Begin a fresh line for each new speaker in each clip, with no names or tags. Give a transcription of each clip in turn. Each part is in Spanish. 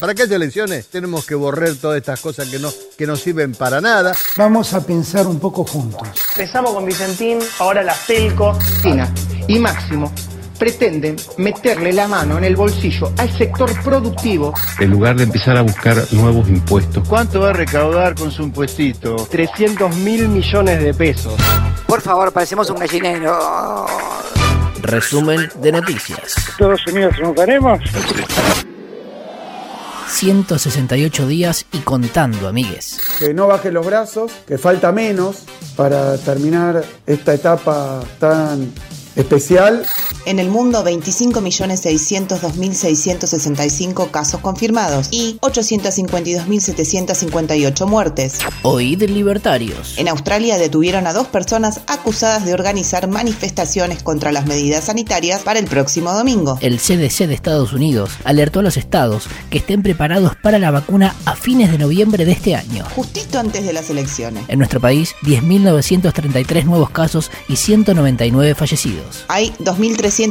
Para que haya elecciones tenemos que borrar todas estas cosas que no, que no sirven para nada.
Vamos a pensar un poco juntos.
Empezamos con Vicentín, ahora las Telco.
Cristina y Máximo pretenden meterle la mano en el bolsillo al sector productivo.
En lugar de empezar a buscar nuevos impuestos.
¿Cuánto va a recaudar con su impuestito?
300 mil millones de pesos.
Por favor, parecemos un gallinero.
Resumen de noticias.
Todos unidos triunfaremos.
168 días y contando, amigues.
Que no bajen los brazos, que falta menos para terminar esta etapa tan especial.
En el mundo, 25.602.665 casos confirmados y 852.758 muertes.
Oíd libertarios.
En Australia detuvieron a dos personas acusadas de organizar manifestaciones contra las medidas sanitarias para el próximo domingo.
El CDC de Estados Unidos alertó a los estados que estén preparados para la vacuna a fines de noviembre de este año.
Justito antes de las elecciones.
En nuestro país, 10.933 nuevos casos y 199 fallecidos.
Hay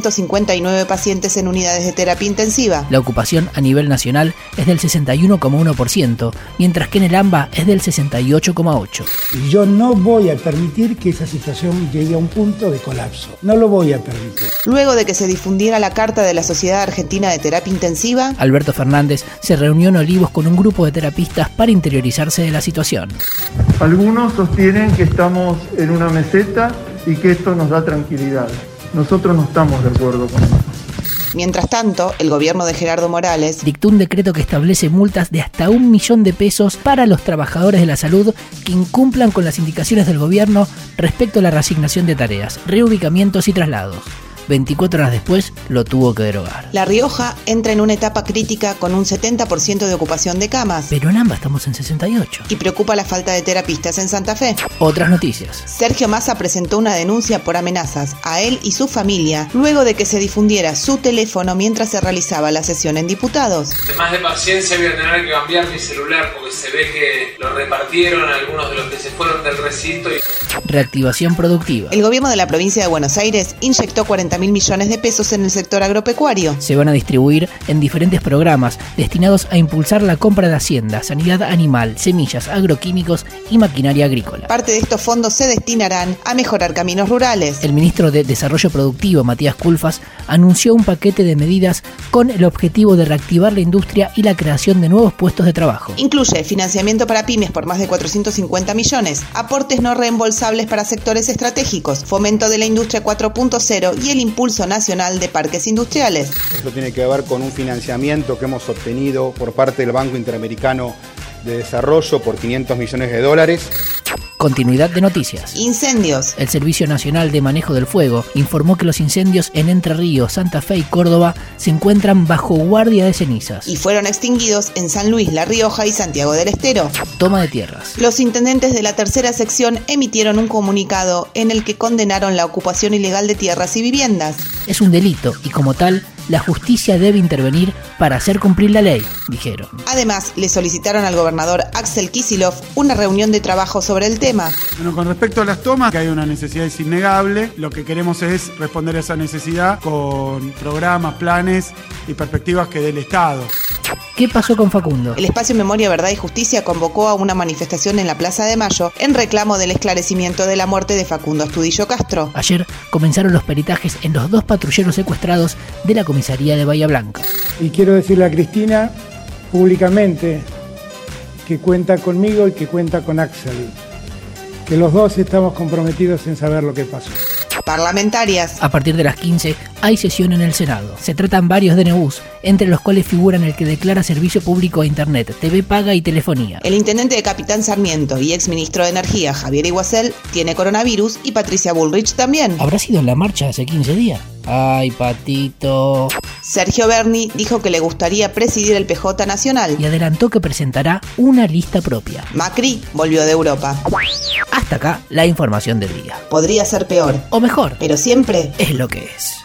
2.359 pacientes en unidades de terapia intensiva.
La ocupación a nivel nacional es del 61,1%, mientras que en el AMBA es del 68,8%.
Y yo no voy a permitir que esa situación llegue a un punto de colapso. No lo voy a permitir.
Luego de que se difundiera la carta de la Sociedad Argentina de Terapia Intensiva,
Alberto Fernández se reunió en Olivos con un grupo de terapistas para interiorizarse de la situación.
Algunos sostienen que estamos en una meseta y que esto nos da tranquilidad. Nosotros no estamos de acuerdo con eso.
Mientras tanto, el gobierno de Gerardo Morales
dictó un decreto que establece multas de hasta un millón de pesos para los trabajadores de la salud que incumplan con las indicaciones del gobierno respecto a la reasignación de tareas, reubicamientos y traslados. 24 horas después lo tuvo que derogar.
La Rioja entra en una etapa crítica con un 70% de ocupación de camas.
Pero en ambas estamos en 68.
Y preocupa la falta de terapistas en Santa Fe.
Otras noticias.
Sergio Massa presentó una denuncia por amenazas a él y su familia luego de que se difundiera su teléfono mientras se realizaba la sesión en diputados.
Además de paciencia voy a tener que cambiar mi celular porque se ve que lo repartieron algunos de los que se fueron del recinto. Y...
Reactivación productiva.
El gobierno de la provincia de Buenos Aires inyectó 40 mil millones de pesos en el sector agropecuario.
Se van a distribuir en diferentes programas destinados a impulsar la compra de hacienda, sanidad animal, semillas, agroquímicos y maquinaria agrícola.
Parte de estos fondos se destinarán a mejorar caminos rurales.
El ministro de Desarrollo Productivo, Matías Culfas, anunció un paquete de medidas con el objetivo de reactivar la industria y la creación de nuevos puestos de trabajo.
Incluye financiamiento para pymes por más de 450 millones, aportes no reembolsables para sectores estratégicos, fomento de la industria 4.0 y el impulso nacional de parques industriales.
Esto tiene que ver con un financiamiento que hemos obtenido por parte del Banco Interamericano de Desarrollo por 500 millones de dólares.
Continuidad de noticias.
Incendios.
El Servicio Nacional de Manejo del Fuego informó que los incendios en Entre Ríos, Santa Fe y Córdoba se encuentran bajo guardia de cenizas.
Y fueron extinguidos en San Luis, La Rioja y Santiago del Estero.
Toma de tierras.
Los intendentes de la tercera sección emitieron un comunicado en el que condenaron la ocupación ilegal de tierras y viviendas.
Es un delito y como tal la justicia debe intervenir para hacer cumplir la ley, dijeron.
Además, le solicitaron al gobernador Axel Kisilov una reunión de trabajo sobre el tema.
Bueno, con respecto a las tomas, que hay una necesidad es innegable, lo que queremos es responder a esa necesidad con programas, planes y perspectivas que dé el Estado.
¿Qué pasó con Facundo?
El espacio Memoria, Verdad y Justicia convocó a una manifestación en la Plaza de Mayo en reclamo del esclarecimiento de la muerte de Facundo Astudillo Castro.
Ayer comenzaron los peritajes en los dos patrulleros secuestrados de la comisaría de Bahía Blanca.
Y quiero decirle a Cristina públicamente que cuenta conmigo y que cuenta con Axel, que los dos estamos comprometidos en saber lo que pasó
parlamentarias.
A partir de las 15 hay sesión en el Senado. Se tratan varios DNUs, entre los cuales figuran el que declara servicio público a Internet, TV paga y telefonía.
El intendente de Capitán Sarmiento y exministro de Energía, Javier Iguacel, tiene coronavirus y Patricia Bullrich también.
¿Habrá sido en la marcha hace 15 días? Ay, patito.
Sergio Berni dijo que le gustaría presidir el PJ Nacional.
Y adelantó que presentará una lista propia.
Macri volvió de Europa.
Hasta acá la información del día.
Podría ser peor.
O mejor.
Pero siempre
es lo que es.